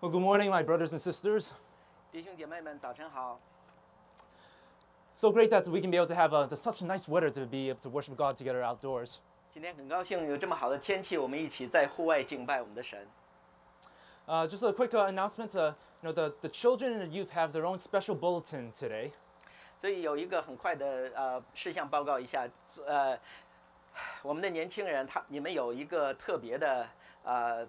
Well, good morning, my brothers and sisters. 弟兄姐妹们，早晨好！ So great that we can be able to have uh, the- such nice weather to be able to worship God together outdoors. 今天很高兴有这么好的天气，我们一起在户外敬拜我们的神。 Uh, just a quick uh, announcement. Uh, you know, the, the children and the youth have their own special bulletin today. 所以有一个很快的呃事项报告一下，呃，我们的年轻人他你们有一个特别的呃，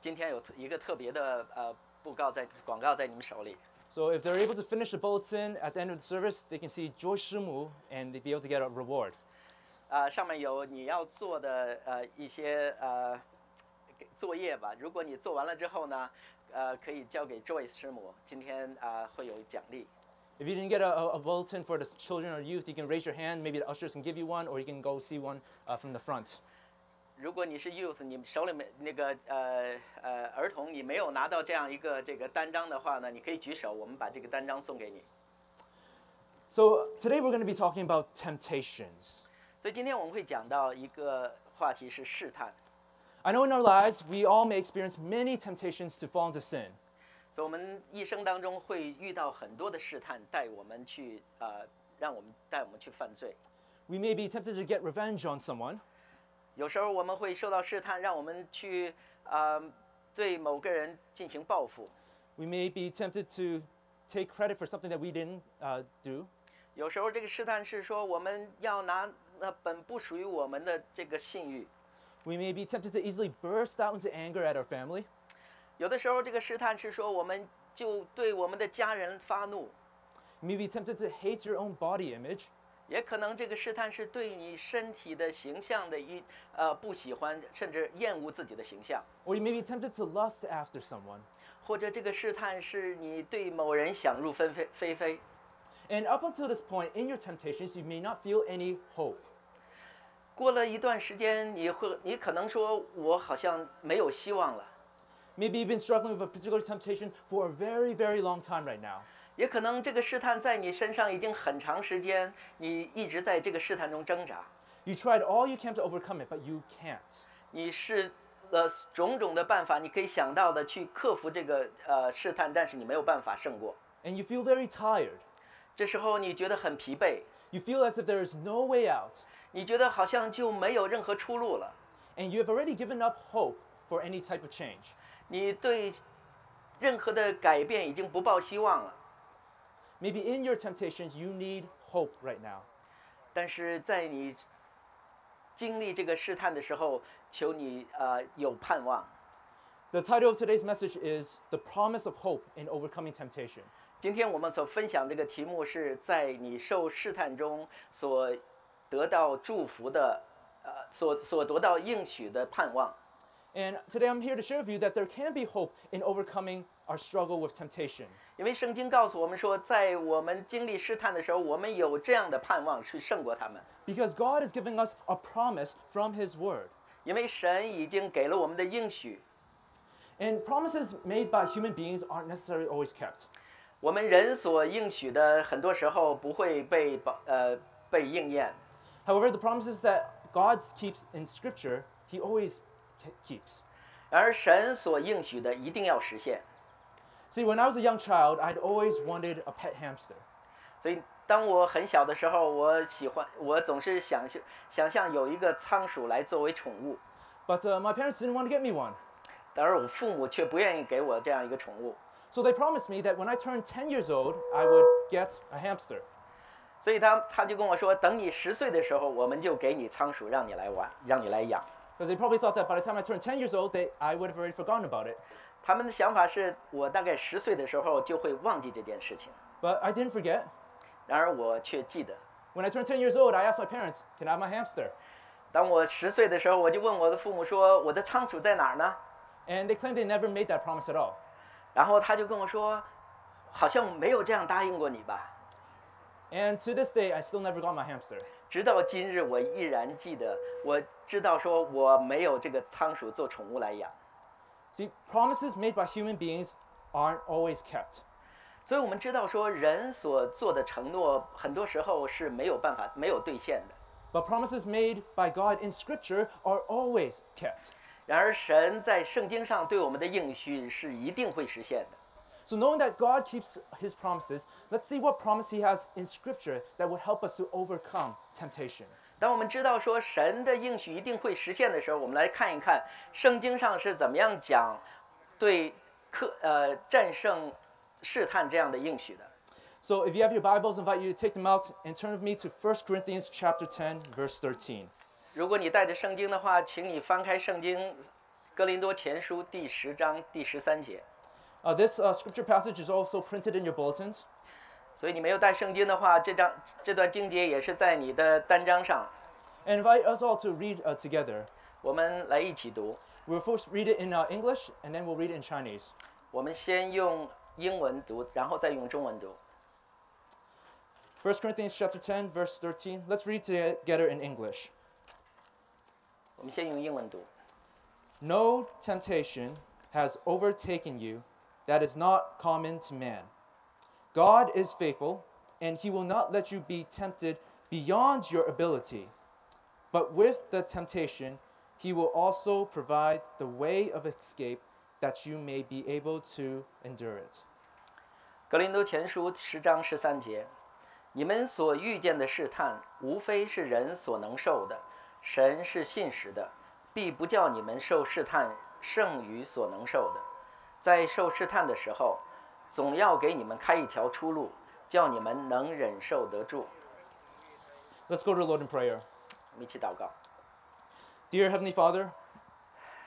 今天有特一个特别的呃布告在广告在你们手里。 So if they're able to finish the bulletin at the end of the service, they can see Joy Shimu and they'd be able to get a reward. 呃，上面有你要做的呃一些呃给作业吧。如果你做完了之后呢，呃，可以交给 Joyce 师母，今天啊、呃会有奖励。 If you didn't get a, a a bulletin for the s- children or youth, you can raise your hand. Maybe the ushers can give you one, or you can go see one uh, from the front. 如果你是 youth，你手里没那个呃呃儿童，你没有拿到这样一个这个单张的话呢，你可以举手，我们把这个单张送给你。 So uh, today we're going to be talking about temptations. 所以今天我们会讲到一个话题是试探， I know in our lives we all may experience many temptations to fall into sin. 所以我们一生当中会遇到很多的试探，带我们去呃让我们带我们去犯罪。 We may be tempted to get revenge on someone. 有时候我们会受到试探，让我们去呃对某个人进行报复。 We may be tempted to take credit for something that we didn't uh, do. 有时候这个试探是说我们要拿那本不属于我们的这个信誉。 We may be tempted to easily burst out into anger at our family. 有的时候，这个试探是说，我们就对我们的家人发怒； You may be tempted to hate your own body image. 也可能这个试探是对你身体的形象的一呃不喜欢，甚至厌恶自己的形象； Or you may be tempted to lust after someone. 或者这个试探是你对某人想入非非非非。 And up until this point in your temptations, you may not feel any hope. 过了一段时间，你会你可能说，我好像没有希望了； Maybe you've been struggling with a particular temptation for a very, very long time right now. 也可能这个试探在你身上已经很长时间，你一直在这个试探中挣扎。 You tried all you can to overcome it, but you can't. 你试了种种的办法，你可以想到的去克服这个呃试探，但是你没有办法胜过。 And you feel very tired. 这时候你觉得很疲惫， You feel as if there is no way out. 你觉得好像就没有任何出路了。 And you have already given up hope for any type of change. 你对任何的改变已经不抱希望了。 Maybe in your temptations, you need hope right now. 但是在你经历这个试探的时候，求你呃有盼望。 The title of today's message is The Promise of Hope in Overcoming Temptation. 今天我们所分享这个题目是在你受试探中所得到祝福的，呃，所所得到应许的盼望。 And today I'm here to share with you that there can be hope in overcoming our struggle with temptation. 因为圣经告诉我们说，在我们经历试探的时候，我们有这样的盼望去胜过他们， Because God is giving us a promise from His Word. 因为神已经给了我们的应许。 And promises made by human beings aren't necessarily always kept. 我们人所应许的，很多时候不会被保呃被应验。 However, the promises that God keeps in Scripture, He always ke- keeps. 然而，神所应许的一定要实现。 See, when I was a young child, I'd always wanted a pet hamster. 所以，当我很小的时候，我喜欢，我总是想象想象有一个仓鼠来作为宠物， But uh, my parents didn't want to get me one. 但而我父母却不愿意给我这样一个宠物。 So they promised me that when I turned 10 years old, I would get a hamster. 所以他他就跟我说，等你十岁的时候，我们就给你仓鼠，让你来玩，让你来养。 Because they probably thought that by the time I turned 10 years old, they, I would have already forgotten about it. 他们的想法是我大概十岁的时候就会忘记这件事情， But I didn't forget. 然而我却记得。 When I turned 10 years old, I asked my parents, Can I have my hamster? 当我十岁的时候，我就问我的父母说：“我的仓鼠在哪儿呢 And they claimed they never made that promise at all.？” 然后他就跟我说：“好像没有这样答应过你吧。 And to this day, I still never got my hamster. ”直到今日，我依然记得，我知道说我没有这个仓鼠做宠物来养。 See, promises made by human beings aren't always kept. 所以，我们知道说人所做的承诺，很多时候是没有办法没有兑现的。 But promises made by God in Scripture are always kept. 然而，神在圣经上对我们的应许是一定会实现的。 So knowing that God keeps his promises, let's see what promise he has in scripture that would help us to overcome temptation. 当我们知道说神的应许一定会实现的时候，我们来看一看圣经上是怎么样讲对克呃战胜试探这样的应许的。 So if you have your Bibles, I invite you to take them out and turn with me to 1 Corinthians chapter 10, verse 13. 如果你带着圣经的话，请你翻开圣经《哥林多前书》第十章第十三节。 Uh, this uh, scripture passage is also printed in your bulletins. 所以你没有带圣经的话，这张这段经节也是在你的单章上。 And invite us all to read uh, together. 我们来一起读。 We'll first read it in uh, English and then we'll read it in Chinese. 我们先用英文读，然后再用中文读。 1 Corinthians chapter 10, verse 13. Let's read together in English. 我们先用英文读。 No temptation has overtaken you that is not common to man. God is faithful, and he will not let you be tempted beyond your ability. But with the temptation, he will also provide the way of escape that you may be able to endure it. 格林多前书十章十三节：你们所遇见的试探，无非是人所能受的。神是信实的，必不叫你们受试探胜于所能受的。在受试探的时候，总要给你们开一条出路，叫你们能忍受得住。 Let's go to the Lord in prayer. 我们一起祷告， Dear Heavenly Father,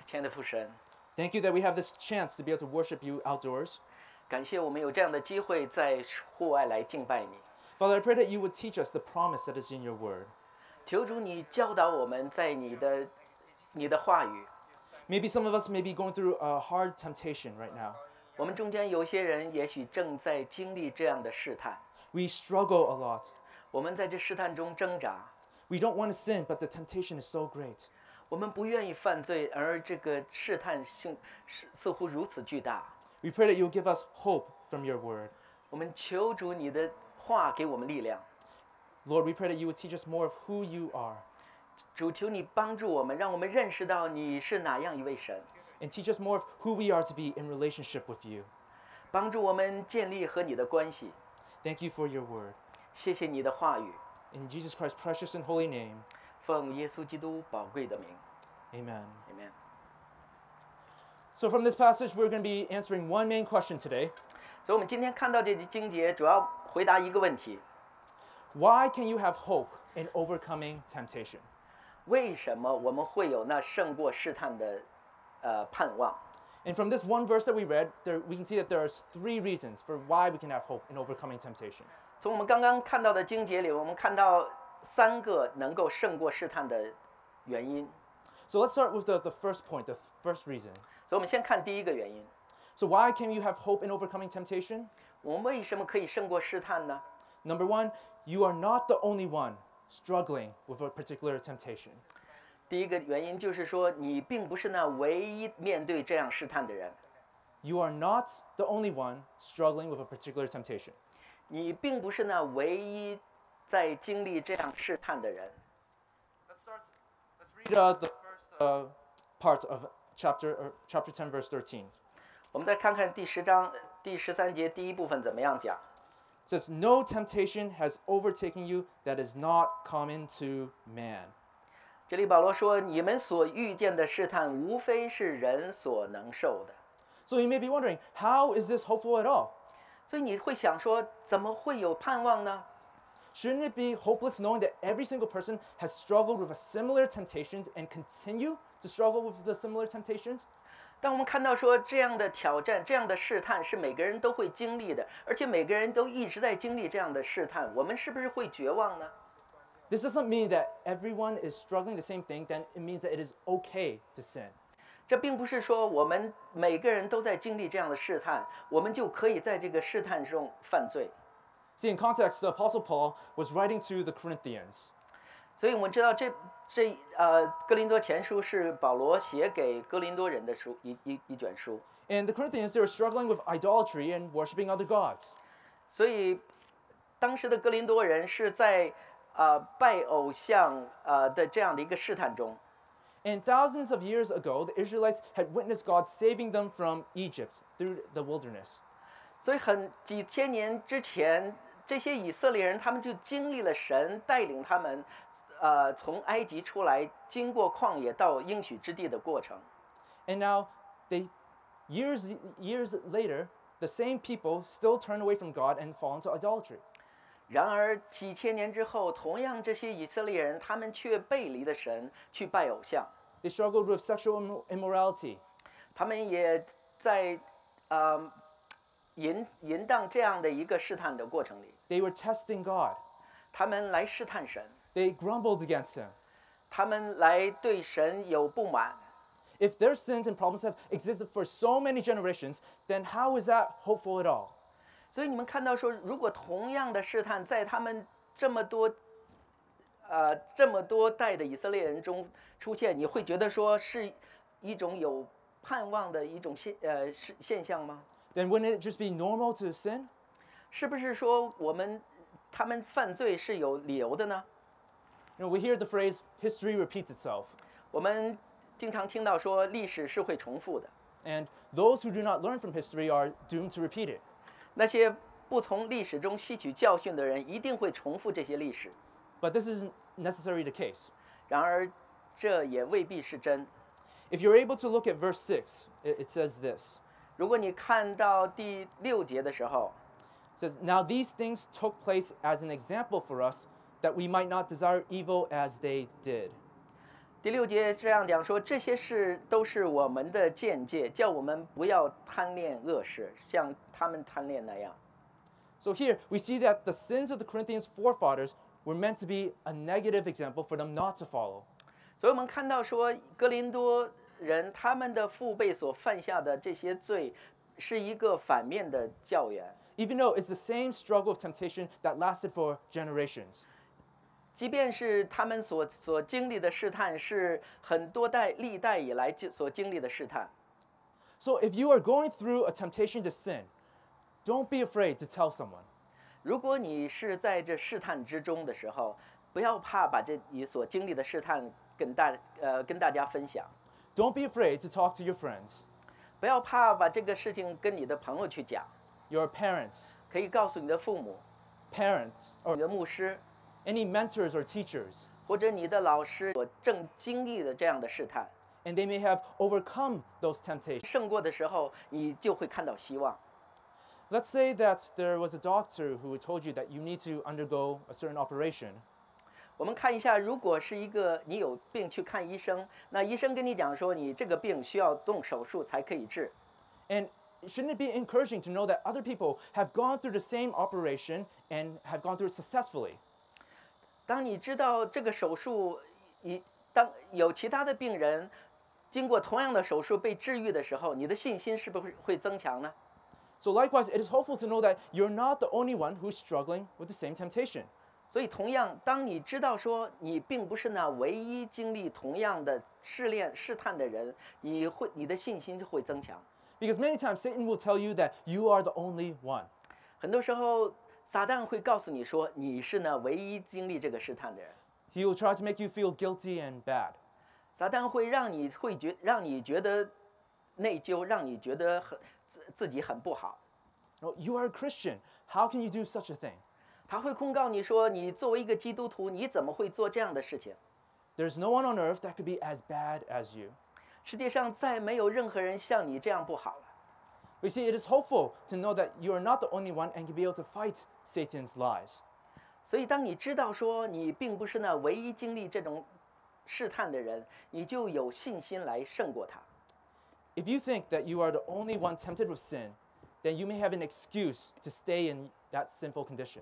亲爱的父神， thank you that we have this chance to be able to worship you outdoors. 感谢我们有这样的机会在户外来敬拜你。 Father, I pray that you would teach us the promise that is in your word. 求主你教导我们在你的你的话语。 Maybe some of us may be going through a hard temptation right now. 我们中间有些人也许正在经历这样的试探， We struggle a lot. 我们在这试探中挣扎， We don't want to sin, but the temptation is so great. 我们不愿意犯罪，而这个试探性似似乎如此巨大。 We pray that you will give us hope from your word. 我们求主你的话给我们力量， Lord, we pray that you would teach us more of who you are 主求你帮助我们，让我们认识到你是哪样一位神， and teach us more of who we are to be in relationship with you. 帮助我们建立和你的关系。 Thank you for your word. 谢谢你的话语， In Jesus Christ's precious and holy name, 奉耶稣基督宝贵的名 amen. ，Amen。 So, from this passage, we're going to be answering one main question today 所以，我们今天看到这节经节，主要回答一个问题： Why can you have hope in overcoming temptation? 为什么我们会有那胜过试探的呃盼望？ And from this one verse that we read, there, we can see that there are three reasons for why we can have hope in overcoming temptation. 从我们刚刚看到的经节里，我们看到三个能够胜过试探的原因。 So let's start with the, the first point, the first reason. 所以，我们先看第一个原因： So, why can you have hope in overcoming temptation? 我们为什么可以胜过试探呢？ Number one, you are not the only one struggling with a particular temptation. 第一个原因就是说，你并不是那唯一面对这样试探的人， You are not the only one struggling with a particular temptation. 你并不是那唯一在经历这样试探的人。 Let's start. Let's read uh, the first uh, part of chapter or chapter 10, verse 13. It 我们再看看第十章呃第十三节第一部分怎么样讲。 says, "No temptation has overtaken you that is not common to man." 这里保罗说：“你们所遇见的试探，无非是人所能受的。 So you may be wondering, how is this hopeful at all? ”所以你会想说，怎么会有盼望呢？ Shouldn't it be hopeless knowing that every single person has struggled with a similar temptations and continue to struggle with the similar temptations? 当我们看到说这样的挑战、这样的试探是每个人都会经历的，而且每个人都一直在经历这样的试探，我们是不是会绝望呢？ This doesn't mean that everyone is struggling the same thing, then it means that it is okay to sin. 这并不是说我们每个人都在经历这样的试探，我们就可以在这个试探中犯罪。 See, in context, the Apostle Paul was writing to the Corinthians. 所以我们知道这这呃《哥林多前书》是保罗写给哥林多人的书，一一一卷书。 And the Corinthians, they were struggling with idolatry and worshiping other gods. 所以，当时的哥林多人是在呃拜偶像呃的这样的一个试探中， And thousands of years ago, the Israelites had witnessed God saving them from Egypt through the wilderness. 所以很几千年之前，这些以色列人他们就经历了神带领他们，呃，从埃及出来，经过旷野到应许之地的过程。 And now, they, years, years later, the same people still turn away from God and fall into idolatry. 然而几千年之后，同样这些以色列人他们却背离了神，去拜偶像， They struggled with sexual immo- immorality, 他们也在，呃，淫淫荡这样的一个试探的过程里， they were testing God, 他们来试探神， they grumbled against Him. 他们来对神有不满。 If their sins and problems have existed for so many generations, then how is that hopeful at all? 所以你们看到说，如果同样的试探在他们这么多，呃，这么多代的以色列人中出现，你会觉得说是一种有盼望的一种现呃是现象吗？ Then wouldn't it just be normal to sin? 是不是说我们他们犯罪是有理由的呢？ You know, we hear the phrase history repeats itself, 我们经常听到说历史是会重复的， and those who do not learn from history are doomed to repeat it. 那些不从历史中吸取教训的人一定会重复这些历史。 But this isn't necessarily the case. 然而，这也未必是真。 If you're able to look at verse 6, it, it says this. 如果你看到第六节的时候， It says, Now these things took place as an example for us, that we might not desire evil as they did. 第六节这样讲说：这些事都是我们的见解，叫我们不要贪恋恶事，像他们贪恋那样。 So here we see that the sins of the Corinthians' forefathers were meant to be a negative example for them not to follow. 所以我们看到说，格林多人他们的父辈所犯下的这些罪，是一个反面的教员。 Even though it's the same struggle of temptation that lasted for generations. 即便是他们所所经历的试探，是很多代历代以来经所经历的试探。 So if you are going through a temptation to sin, don't be afraid to tell someone. 如果你是在这试探之中的时候，不要怕把这你所经历的试探跟大呃跟大家分享， Don't be afraid to talk to your friends, 不要怕把这个事情跟你的朋友去讲， your parents, 可以告诉你的父母、 parents, 你 or 的牧师 any mentors or teachers, 或者你的老师所正经历的这样的试探。 and they may have overcome those temptations. 胜过的时候，你就会看到希望。 Let's say that there was a doctor who told you that you need to undergo a certain operation. 我们看一下，如果是一个你有病去看医生，那医生跟你讲说你这个病需要动手术才可以治， And shouldn't it be encouraging to know that other people have gone through the same operation and have gone through it successfully? 当你知道这个手术，你当有其他的病人经过同样的手术被治愈的时候，你的信心是不是会增强呢？ So, likewise, it is hopeful to know that you're not the only one who's struggling with the same temptation. 所以，同样，当你知道说你并不是那唯一经历同样的试炼、试探的人，你会你的信心就会增强。 Because many times Satan will tell you that you are the only one. 很多时候，撒旦会告诉你说你是那唯一经历这个试探的人， He will try to make you feel guilty and bad. 撒旦会让你会觉让你觉得内疚，让你觉得很自自己很不好。 No, you are a Christian. How can you do such a thing? 他会控告你说：“你作为一个基督徒，你怎么会做这样的事情？ There's no one on earth that could be as bad as you. 世界上再没有任何人像你这样不好了。 But you see, it is hopeful to know that you are not the only one and can be able to fight Satan's lies. ”所以，当你知道说你并不是那唯一经历这种试探的人，你就有信心来胜过他。 If you think that you are the only one tempted with sin, then you may have an excuse to stay in that sinful condition.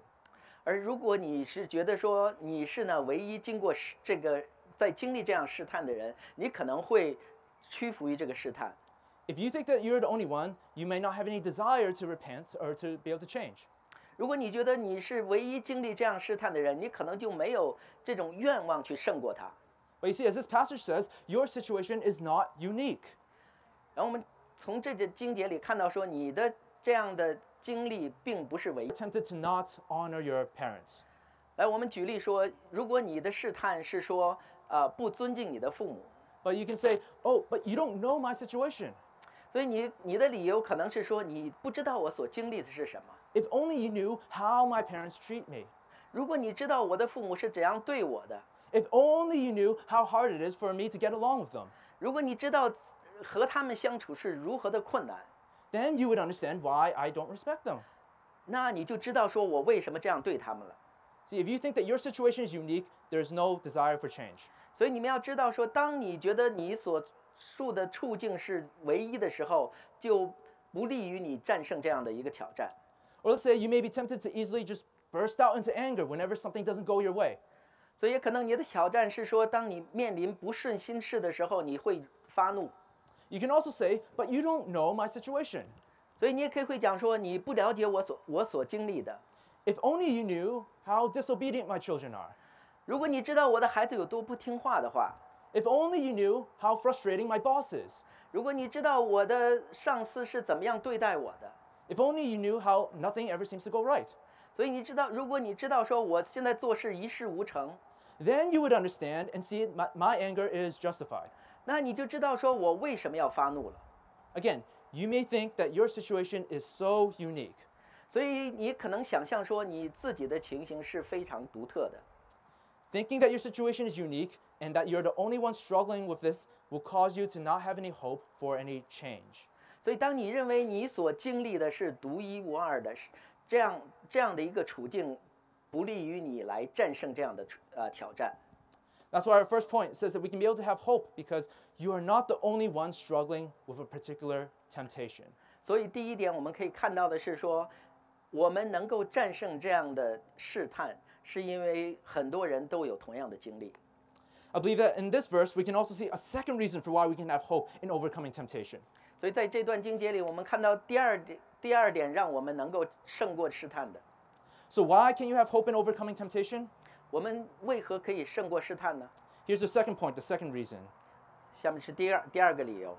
而如果你是觉得说你是那唯一经过试这个在经历这样试探的人，你可能会屈服于这个试探。 If you think that you're the only one, you may not have any desire to repent or to be able to change. 如果你觉得你是唯一经历这样试探的人，你可能就没有这种愿望去胜过它。 But you see, as this passage says, your situation is not unique. 然后我们从这节经节里看到说，你的这样的经历并不是唯一 You're。tempted to not honor your parents. 啊来，我们举例说，如果你的试探是说，呃，不尊敬你的父母， But you can say, oh, but you don't know my situation. 所以你你的理由可能是说你不知道我所经历的是什么。 If only you knew how my parents treat me. 如果你知道我的父母是怎样对我的， If only you knew how hard it is for me to get along with them. 如果你知道和他们相处是如何的困难， Then you would understand why I don't respect them. 那你就知道说我为什么这样对他们了。 See, if you think that your situation is unique, there's no desire for change. 所以你们要知道说，当你觉得你所处的处境是唯一的时候，就不利于你战胜这样的一个挑战。 Or let's say you may be tempted to easily just burst out into anger whenever something doesn't go your way. 所以也可能你的挑战是说，当你面临不顺心事的时候，你会发怒。 You can also say, but you don't know my situation. 所以你也可以会讲说，你不了解我所我所经历的。 If only you knew how disobedient my children are. 如果你知道我的孩子有多不听话的话， If only you knew how frustrating my boss is. 如果你知道我的上司是怎么样对待我的， If only you knew how nothing ever seems to go right. 所以你知道，如果你知道说我现在做事一事无成， Then you would understand and see my, my anger is justified. 那你就知道说我为什么要发怒了。 Again, you may think that your situation is so unique. 所以你可能想象说你自己的情形是非常独特的， Thinking that your situation is unique and that you're the only one struggling with this will cause you to not have any hope for any change. 所以当你认为你所经历的是独一无二的，是这样这样的一个处境，不利于你来战胜这样的处呃挑战。 That's why our first point says that we can be able to have hope because you are not the only one struggling with a particular temptation. 所以第一点我们可以看到的是说，我们能够战胜这样的试探，是因为很多人都有同样的经历。 I believe that in this verse, we can also see a second reason for why we can have hope in overcoming temptation. 所以在这段经节里，我们看到第二点，第二点让我们能够胜过试探的。 So, why can you have hope in overcoming temptation? 我们为何可以胜过试探呢？ Here's the second point, the second reason. 下面是第二第二个理由，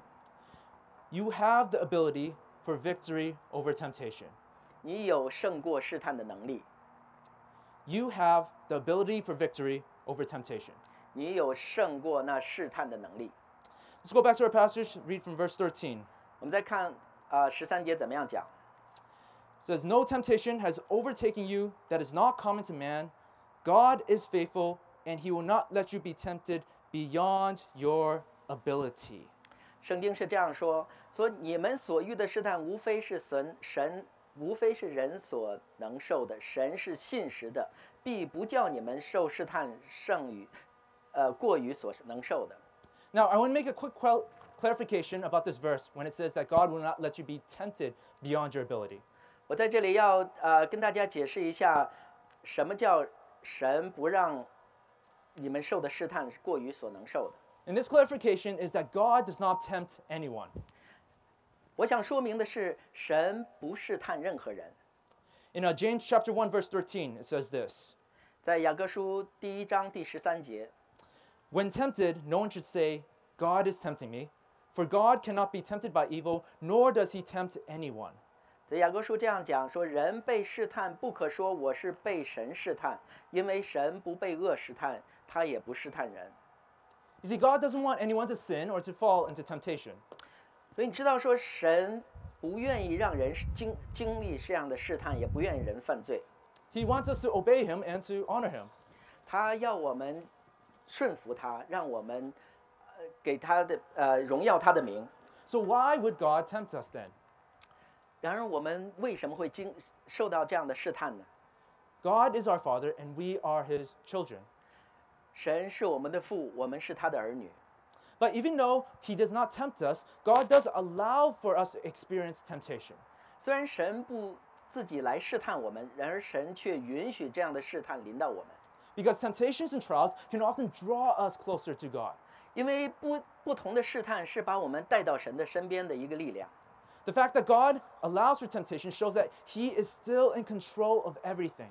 You have the ability for victory over temptation. 你有胜过试探的能力， You have the ability for victory over temptation. 你有胜过那试探的能力。 Let's go back to our passage, read from verse 13. It 我们再看啊十三节怎么样讲？ says, No temptation has overtaken you that is not common to man. God is faithful, and he will not let you be tempted beyond your ability. 圣经是这样说：说你们所遇的试探，无非是神神，无非是人所能受的。神是信实的，必不叫你们受试探胜于，呃，过于所能受的。 Now, I want to make a quick qual- clarification about this verse when it says that God will not let you be tempted beyond your ability. 我在这里要呃跟大家解释一下，什么叫神不让你们受的试探是过于所能受的。 And this clarification is that God does not tempt anyone. 我想说明的是，神不试探任何人。 In uh, James chapter 1 verse 13, it says this, 在雅各书第一章第十三节， When tempted, no one should say, God is tempting me, for God cannot be tempted by evil, nor does he tempt anyone. 在雅各书这样讲说：“人被试探，不可说我是被神试探，因为神不被恶试探，他也不试探人。 You see, God doesn't want anyone to sin or to fall into temptation. ”所以你知道说，神不愿意让人经经历这样的试探，也不愿意人犯罪， He wants us to obey him and to honor him. 他要我们顺服他，让我们呃给他的呃荣耀他的名。 So why would God tempt us then? 然而，我们为什么会经受到这样的试探呢？ God is our father and we are his children. 神是我们的父，我们是他的儿女。 But even though he does not tempt us, God does allow for us to experience temptation. 虽然神不自己来试探我们，然而神却允许这样的试探临到我们， Because temptations and trials can often draw us closer to God. 因为不不同的试探是把我们带到神的身边的一个力量。 The fact that God allows for temptation shows that He is still in control of everything.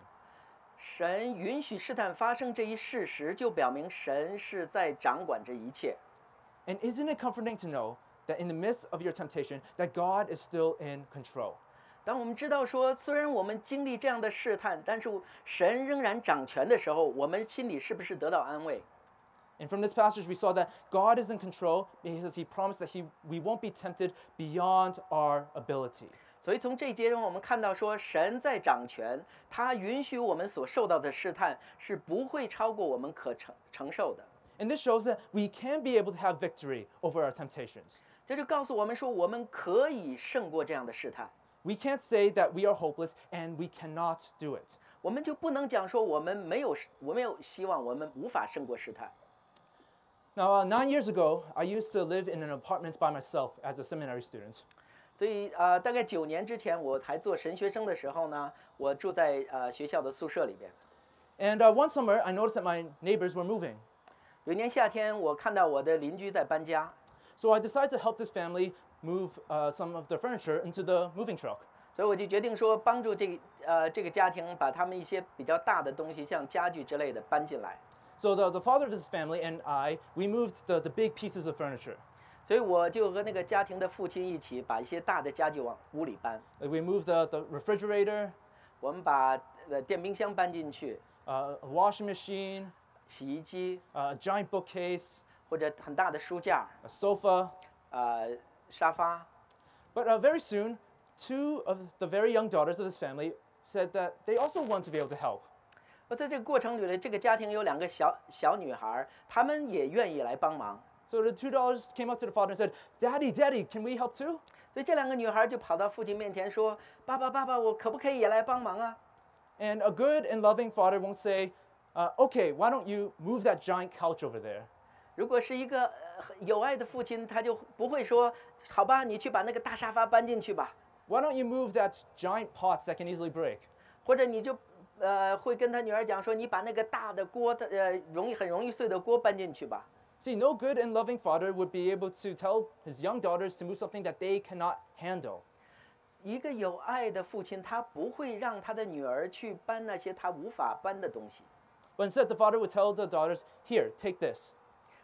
神允许试探发生这一事实，就表明神是在掌管这一切。 And isn't it comforting to know that in the midst of your temptation, that God is still in control? 当我们知道说，虽然我们经历这样的试探，但是神仍然掌权的时候，我们心里是不是得到安慰？ And from this passage, we saw that God is in control because He promised that he, we won't be tempted beyond our ability. 所以从这一节中，我们看到说，神在掌权，他允许我们所受到的试探是不会超过我们可承承受的。 And this shows that we can be able to have victory over our temptations. 这就告诉我们说，我们可以胜过这样的试探。 We can't say that we are hopeless and we cannot do it. 我们就不能讲说我们没有试，我没有希望，我们无法胜过试探。 Now, uh, nine years ago, I used to live in an apartment by myself as a seminary student. 所以呃，大概九年之前，我还做神学生的时候呢，我住在呃学校的宿舍里边。 And uh, one summer, I noticed that my neighbors were moving. 有一年夏天，我看到我的邻居在搬家， So I decided to help this family move uh, some of their furniture into the moving truck. 所以我就决定说帮助这个呃这个家庭把他们一些比较大的东西，像家具之类的搬进来。 So the, the father of this family and I, we moved the, the big pieces of furniture. 所以我就和那个家庭的父亲一起把一些大的家具往屋里搬。 Like we moved the, the refrigerator, 我们把呃电冰箱搬进去， uh, a washing machine, 洗衣机 uh, a giant bookcase, 或者很大的书架， a sofa. 呃沙发。 But uh, very soon, two of the very young daughters of this family said that they also want to be able to help. 我在这个过程里呢，这个家庭有两个小小女孩儿，她们也愿意来帮忙。 So the two daughters came up to the father and said, Daddy, Daddy, can we help too? 所以这两个女孩儿就跑到父亲面前说：“爸爸，爸爸，我可不可以也来帮忙啊？” And a good and loving father won't say, uh, okay, why don't you move that giant couch over there? 如果是一个呃很有爱的父亲，他就不会说：“好吧，你去把那个大沙发搬进去吧。 Why don't you move that giant pot that can easily break? ”或者你就呃会跟他女儿讲说：“你把那个大的锅的呃容易很容易碎的锅搬进去吧。 See, no good and loving father would be able to tell his young daughters to move something that they cannot handle. ”一个有爱的父亲，他不会让他的女儿去搬那些他无法搬的东西。 But instead, the father would tell the daughters, here, take this.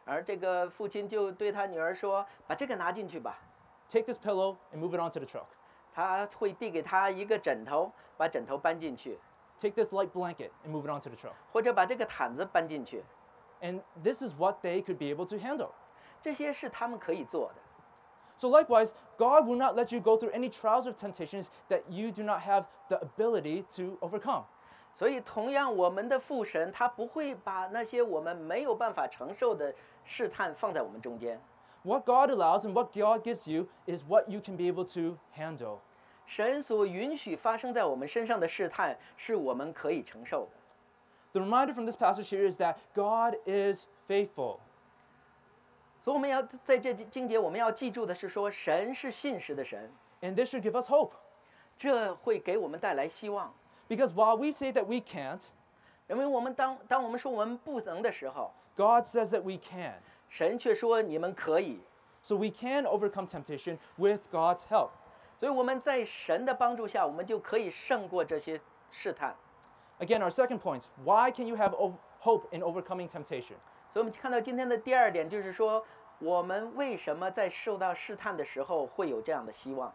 而这个父亲就对他女儿说：“把这个拿进去吧。 Take this pillow and move it onto the truck. ”他会递给他一个枕头，把枕头搬进去， Take this light blanket and move it onto the truck. 或者把这个毯子搬进去。 And this is what they could be able to handle. 这些是他们可以做的。 So, likewise, God will not let you go through any trials or temptations that you do not have the ability to overcome. 所以，同样，我们的父神他不会把那些我们没有办法承受的试探放在我们中间。 What God allows and what God gives you is what you can be able to handle. 神所允许发生在我们身上的试探，是我们可以承受的。 The reminder from this passage here is that God is faithful. 所以，我们要在这经节，我们要记住的是说，神是信实的神， And this should give us hope. 这会给我们带来希望。 Because while we say that we can't, 因为我们当当我们说我们不能的时候， God says that we can. 神却说你们可以。 So we can overcome temptation with God's help. 所以我们在神的帮助下，我们就可以胜过这些试探。 Again, our second point why can you have ov- hope in overcoming temptation? 所以我们看到今天的第二点就是说，我们为什么在受到试探的时候会有这样的希望？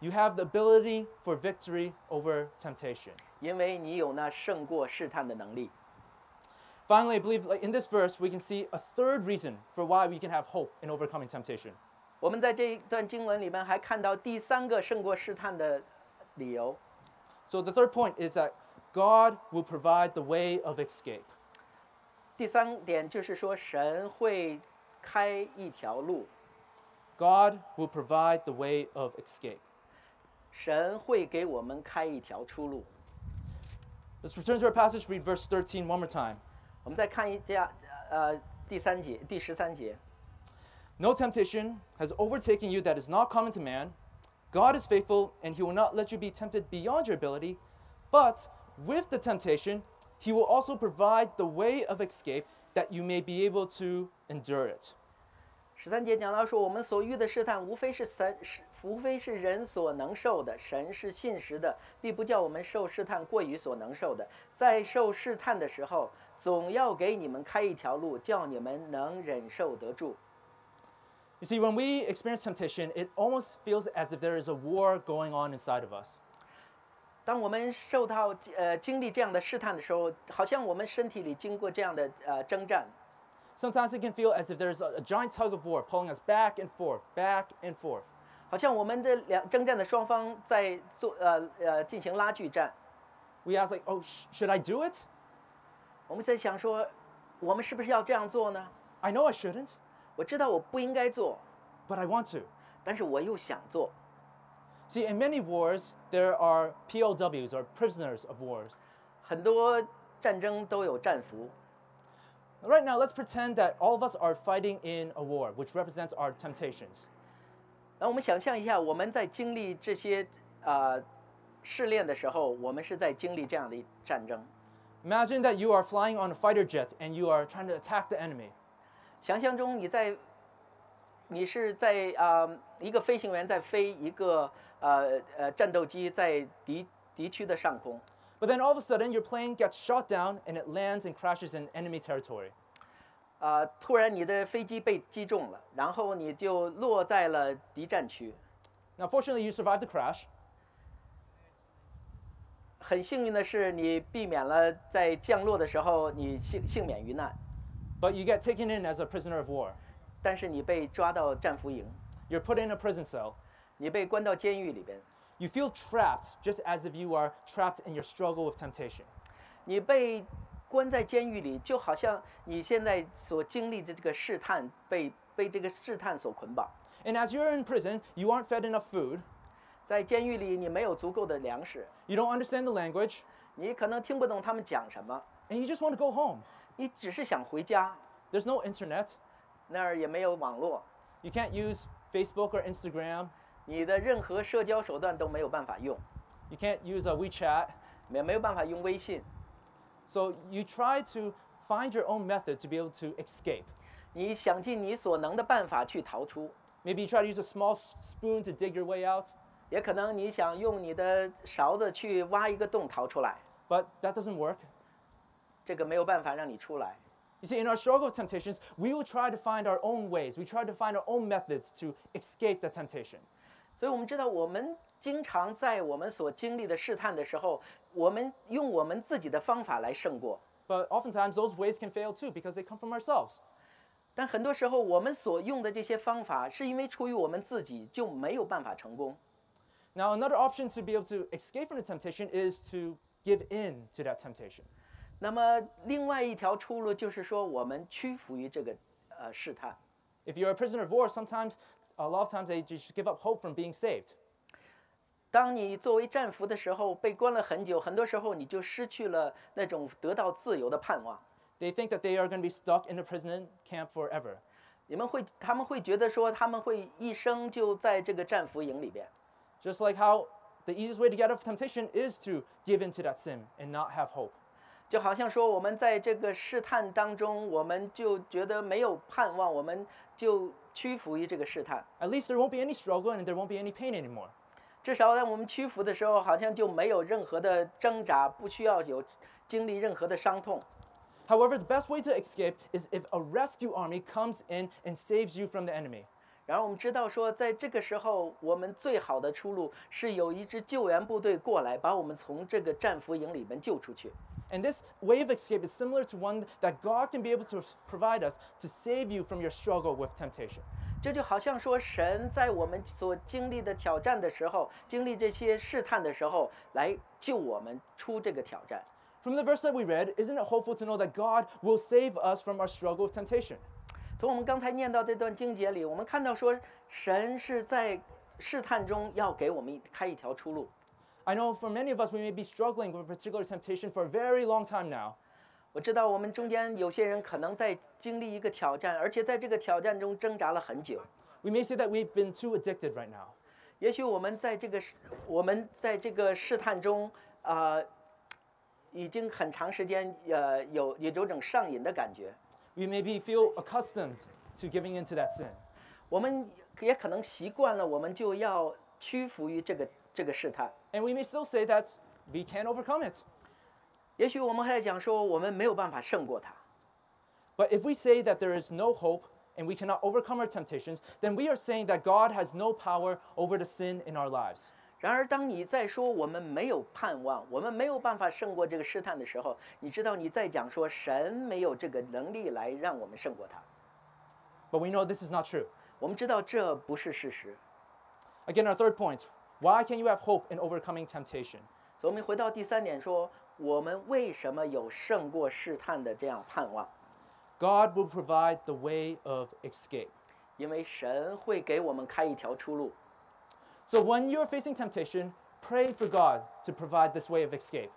You have the ability for victory over temptation. 因为你有那胜过试探的能力。 Finally, I believe like, in this verse, we can see a third reason for why we can have hope in overcoming temptation. 我们在这一段经文里面还看到第三个胜过试探的理由， So the third point is that God will provide the way of escape. 第三点就是说神会开一条路， God will provide the way of escape. 神会给我们开一条出路。 Let's return to our passage, read verse 13 one more time. 我们再看一下，呃，第三节，第十三节， No temptation has overtaken you that is not common to man. God is faithful, and he will not let you be tempted beyond your ability. But with the temptation, he will also provide the way of escape that you may be able to endure it. 十三节讲到说，我们所遇的试探，无非是神，是无非是人所能受的。神是信实的，必不叫我们受试探过于所能受的。在受试探的时候，总要给你们开一条路，叫你们能忍受得住。 You see, when we experience temptation, it almost feels as if there is a war going on inside of us. 当我们受到呃经历这样的试探的时候，好像我们身体里经过这样的呃征战， Sometimes it can feel as if there's a, a giant tug of war pulling us back and forth, back and forth. 好像我们的两征战的双方在做呃呃进行拉锯战。 We ask, like, oh, sh- should I do it? 我们在想说，我们是不是要这样做呢？ I know I shouldn't, 我知道我不应该做， but I want to. 但是我又想做。 See, in many wars, there are POWs or prisoners of wars. 很多战争都有战俘， Right now, let's pretend that all of us are fighting in a war, which represents our temptations. 那我们想象一下，我们在经历这些呃试炼的时候，我们是在经历这样的一战争。 Imagine that you are flying on a fighter jet and you are trying to attack the enemy. 想象中你在，你是在啊、呃一个飞行员在飞一个呃呃战斗机在敌敌区的上空， But then all of a sudden, your plane gets shot down and it lands and crashes in enemy territory. 啊、突然你的飞机被击中了，然后你就落在了敌战区。 Now, fortunately, you survived the crash, 很幸运的是，你避免了在降落的时候你幸幸免于难， but you get taken in as a prisoner of war. 但是你被抓到战俘营， You're put in a prison cell. 你被关到监狱里边， You feel trapped, just as if you are trapped in your struggle with temptation. 你被关在监狱里，就好像你现在所经历的这个试探被被这个试探所捆绑。 And as you're in prison, you aren't fed enough food, 在监狱里，你没有足够的粮食， you don't understand the language, 你可能听不懂他们讲什么， and you just want to go home. 你只是想回家， There's no internet, 那儿也没有网络， you can't use Facebook or Instagram, 你的任何社交手段都没有办法用， you can't use a WeChat. 也没有办法用微信， So you try to find your own method to be able to escape. 你想尽你所能的办法去逃出， Maybe you try to use a small s- spoon to dig your way out, 也可能你想用你的勺子去挖一个洞逃出来， but that doesn't work. 这个没有办法让你出来。 You see, in our struggle with temptations, we will try to find our own ways. We try to find our own methods to escape the temptation. 所以我们知道，我们经常在我们所经历的试探的时候，我们用我们自己的方法来胜过。 But oftentimes, those ways can fail too because they come from ourselves. 但很多时候，我们所用的这些方法，是因为出于我们自己就没有办法成功。 Now, another option to be able to escape from the temptation is to give in to that temptation. 那么，另外一条出路就是说，我们屈服于这个呃试探。 If you're a prisoner of war, sometimes, a lot of times, they just give up hope from being saved. 当你作为战俘的时候，被关了很久，很多时候你就失去了那种得到自由的盼望。 They think that they are going to be stuck in a prison camp forever. 你们会，他们会觉得说，他们会一生就在这个战俘营里边。 Just like how the easiest way to get out of temptation is to give in to that sin and not have hope. 就好像说，我们在这个试探当中，我们就觉得没有盼望，我们就屈服于这个试探。 At least there won't be any struggle and there won't be any pain anymore. 至少在我们屈服的时候，好像就没有任何的挣扎，不需要有经历任何的伤痛。 However, the best way to escape is if a rescue army comes in and saves you from the enemy. 然后我们知道说，在这个时候，我们最好的出路是有一支救援部队过来，把我们从这个战俘营里面救出去。 And this way of escape is similar to one that God can be able to provide us to save you from your struggle with temptation. 这就好像说，神在我们所经历的挑战的时候，经历这些试探的时候，来救我们出这个挑战。 From the verse that we read, isn't it hopeful to know that God will save us from our struggle with temptation? 从我们刚才念到这段经节里，我们看到说，神是在试探中要给我们开一条出路。 I know for many of us, we may be struggling with a particular temptation for a very long time now. 我知道我们中间有些人可能在经历一个挑战，而且在这个挑战中挣扎了很久。 We may say that we've been too addicted right now. 也许我们在这个试我们在这个试探中，啊，已经很长时间，呃，有有有种上瘾的感觉。 We may be feel accustomed to giving in to that sin. 我们也可能习惯了，我们就要屈服于这个这个试探。 And we may still say that we can't overcome it. 也许我们还在讲说，我们没有办法胜过它。 But if we say that there is no hope and we cannot overcome our temptations, then we are saying that God has no power over the sin in our lives. 然然而，当你在说我们没有盼望，我们没有办法胜过这个试探的时候，你知道你在讲说神没有这个能力来让我们胜过它。 But we know this is not true. 我们知道这不是事实。 Again, our third point why can you have hope in overcoming temptation? 所以，我们回到第三点说，我们为什么有胜过试探的这样盼望？ God will provide the way of escape. 因为神会给我们开一条出路。 So when you're facing temptation, pray for God to provide this way of escape.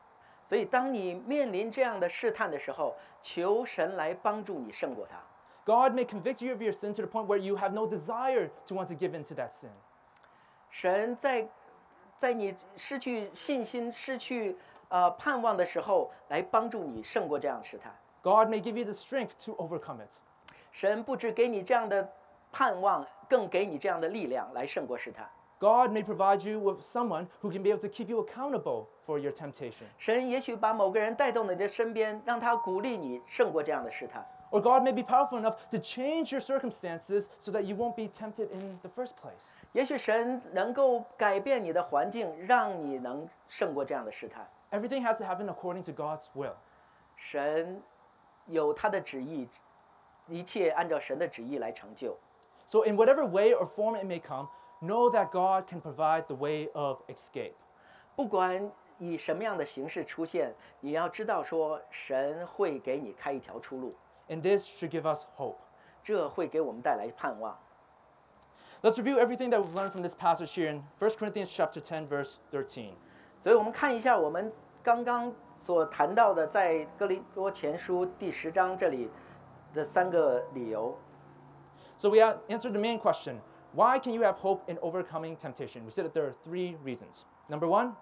所以，当你面临这样的试探的时候，求神来帮助你胜过它。 God may convict you of your sin to the point where you have no desire to want to give in to that sin. 神在在你失去信心、失去呃盼望的时候，来帮助你胜过这样的试探。 God may give you the strength to overcome it. 神不止给你这样的盼望，更给你这样的力量来胜过试探。 God may provide you with someone who can be able to keep you accountable for your temptation. 神也许把某个人带到你的身边，让他鼓励你胜过这样的试探。 Or God may be powerful enough to change your circumstances so that you won't be tempted in the first place. 也许神能够改变你的环境，让你能胜过这样的试探。 Everything has to happen according to God's will. 神有他的旨意，一切按照神的旨意来成就。 So, in whatever way or form it may come, know that God can provide the way of escape. 不管以什么样的形式出现，你要知道说，神会给你开一条出路， And this should give us hope. 这会给我们带来盼望。 Let's review everything that we've learned from this passage here in 1 Corinthians chapter 10 verse 13. 所以，我们看一下我们刚刚所谈到的，在哥林多前书第十章这里的三个理由。 So we a- answered the main question, why can you have hope in overcoming temptation? We said that there are three reasons. Number 1,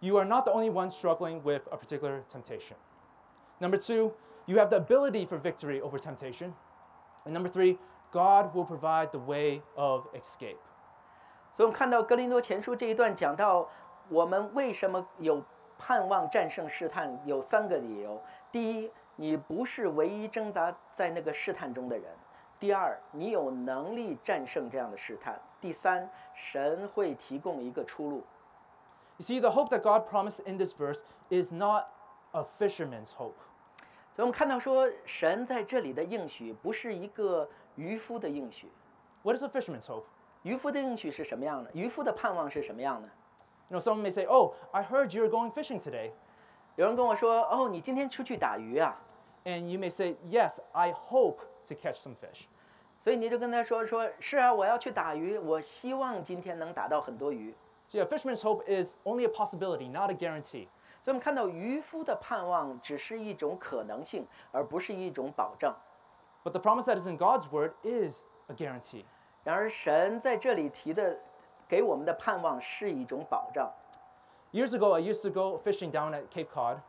you are not the only one struggling with a particular temptation. Number 2, you have the ability for victory over temptation. And number 3, God will provide the way of escape. 所以，我们看到哥林多前书这一段讲到我们为什么有盼望战胜试探，有三个理由：第一，你不是唯一挣扎在那个试探中的人；第二，你有能力战胜这样的试探；第三，神会提供一个出路。 You see, the hope that God promised in this verse is not a fisherman's hope. 所以，我们看到说，神在这里的应许不是一个渔夫的应许。 What is a fisherman's hope? 渔夫的应许是什么样的？渔夫的盼望是什么样的？ You know, someone may say, Oh, I heard you're going fishing today. 有人跟我说：“哦，你今天出去打鱼啊？” And you may say, Yes, I hope to catch some fish. 所以你就跟他说说，是啊，我要去打鱼，我希望今天能打到很多鱼。 So, yeah, fisherman's hope is only a possibility, not a guarantee. 所以我们看到渔夫的盼望只是一种可能性，而不是一种保证。 But the promise that is in God's word is a guarantee. 然而，神在这里提的，给我们的盼望是一种保障。 Years ago, I used to go fishing down at Cape Cod.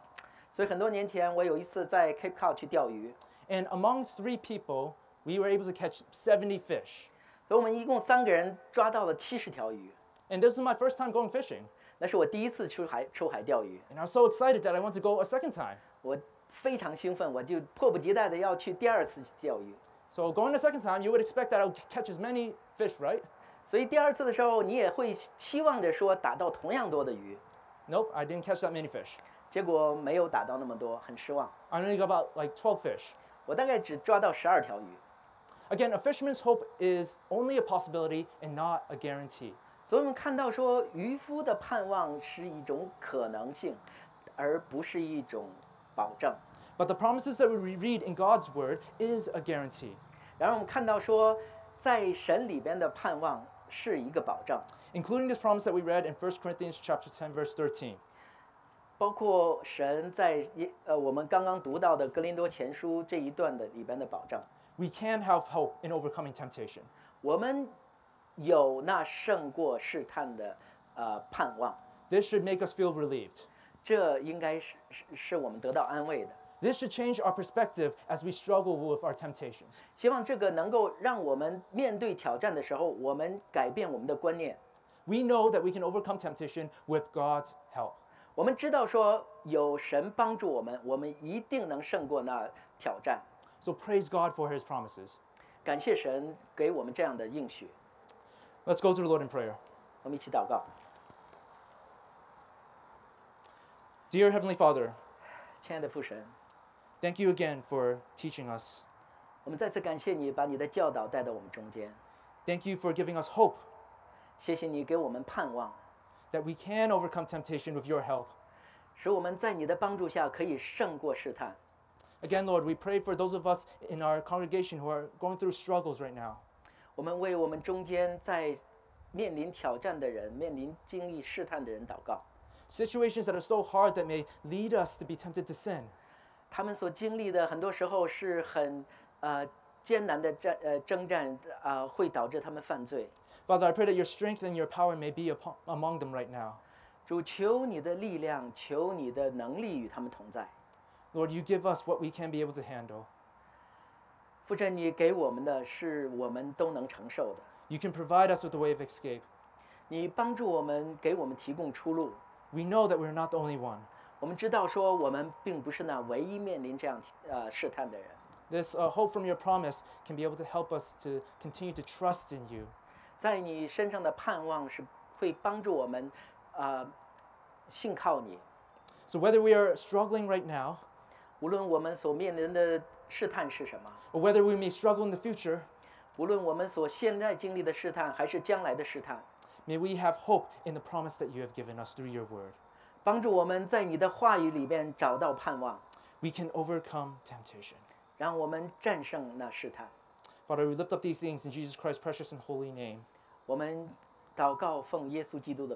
所以很多年前，我有一次在 Cape Cod 去钓鱼， And among three people, we were able to catch 70 fish. 所以我们一共三个人抓到了七十条鱼。 And this is my first time going fishing. 那是我第一次出海出海钓鱼， And I was so excited that I wanted to go a second time. 我非常兴奋，我就迫不及待的要去第二次去钓鱼。 So going the second time, you would expect that I would c- catch as many fish, right? 所以第二次的时候，你也会期望着说打到同样多的鱼， Nope, I didn't catch that many fish. 结果没有打到那么多，很失望。 I only got about like 12 fish. 我大概只抓到十二条鱼， Again, a fisherman's hope is only a possibility and not a guarantee. 所以我们看到说，渔夫的盼望是一种可能性，而不是一种保证。 But the promises that we read in God's word is a guarantee. 然后我们看到说，在神里边的盼望是一个保障， Including this promise that we read in 1 Corinthians chapter 10 verse 13. 包括神在耶呃我们刚刚读到的哥林多前书这一段的里边的保障。 We can have hope in overcoming temptation. 我们有那胜过试探的呃盼望， This should make us feel relieved. 这应该是是是我们得到安慰的。 This should change our perspective as we struggle with our temptations. 希望这个能够让我们面对挑战的时候，我们改变我们的观念。 We know that we can overcome temptation with God's help. 我们知道说有神帮助我们，我们一定能胜过那挑战。 So praise God for his promises. 感谢神给我们这样的应许。 Let's go to the Lord in prayer. 我们一起祷告， Dear Heavenly Father, 亲爱的父神， thank you again for teaching us. 我们再次感谢你把你的教导带到我们中间， Thank you for giving us hope 谢谢你给我们盼望， that we can overcome temptation with your help. 使我们在你的帮助下可以胜过试探。 Again, Lord, we pray for those of us in our congregation who are going through struggles right now. 我们为我们中间在面临挑战的人、面临经历试探的人祷告， Situations that are so hard that may lead us to be tempted to sin. 他们所经历的很多时候是很呃艰难的战呃征战啊、呃会导致他们犯罪。 Father, I pray that your strength and your power may be upon, among them right now. 主，求你的力量，求你的能力与他们同在。 Lord, you give us what we can be able to handle. 父神，你给我们的是我们都能承受的。 You can provide us with a way of escape. 你帮助我们，给我们提供出路。 We know that we're not the only one. 我们知道说，我们并不是那唯一面临这样呃试探的人。 This uh, hope from your promise can be able to help us to continue to trust in you. 在你身上的盼望是会帮助我们，呃，信靠你。 So, whether we are struggling right now, 无论我们所面临的试探是什么， or whether we may struggle in the future, 无论我们所现在经历的试探，还是将来的试探， may we have hope in the promise that you have given us through your word. 帮助我们在你的话语里面找到盼望， We can overcome temptation. 让我们战胜那试探。 Father, we lift up these things in Jesus Christ's precious and holy name. 我们祷告，奉耶稣基督的名。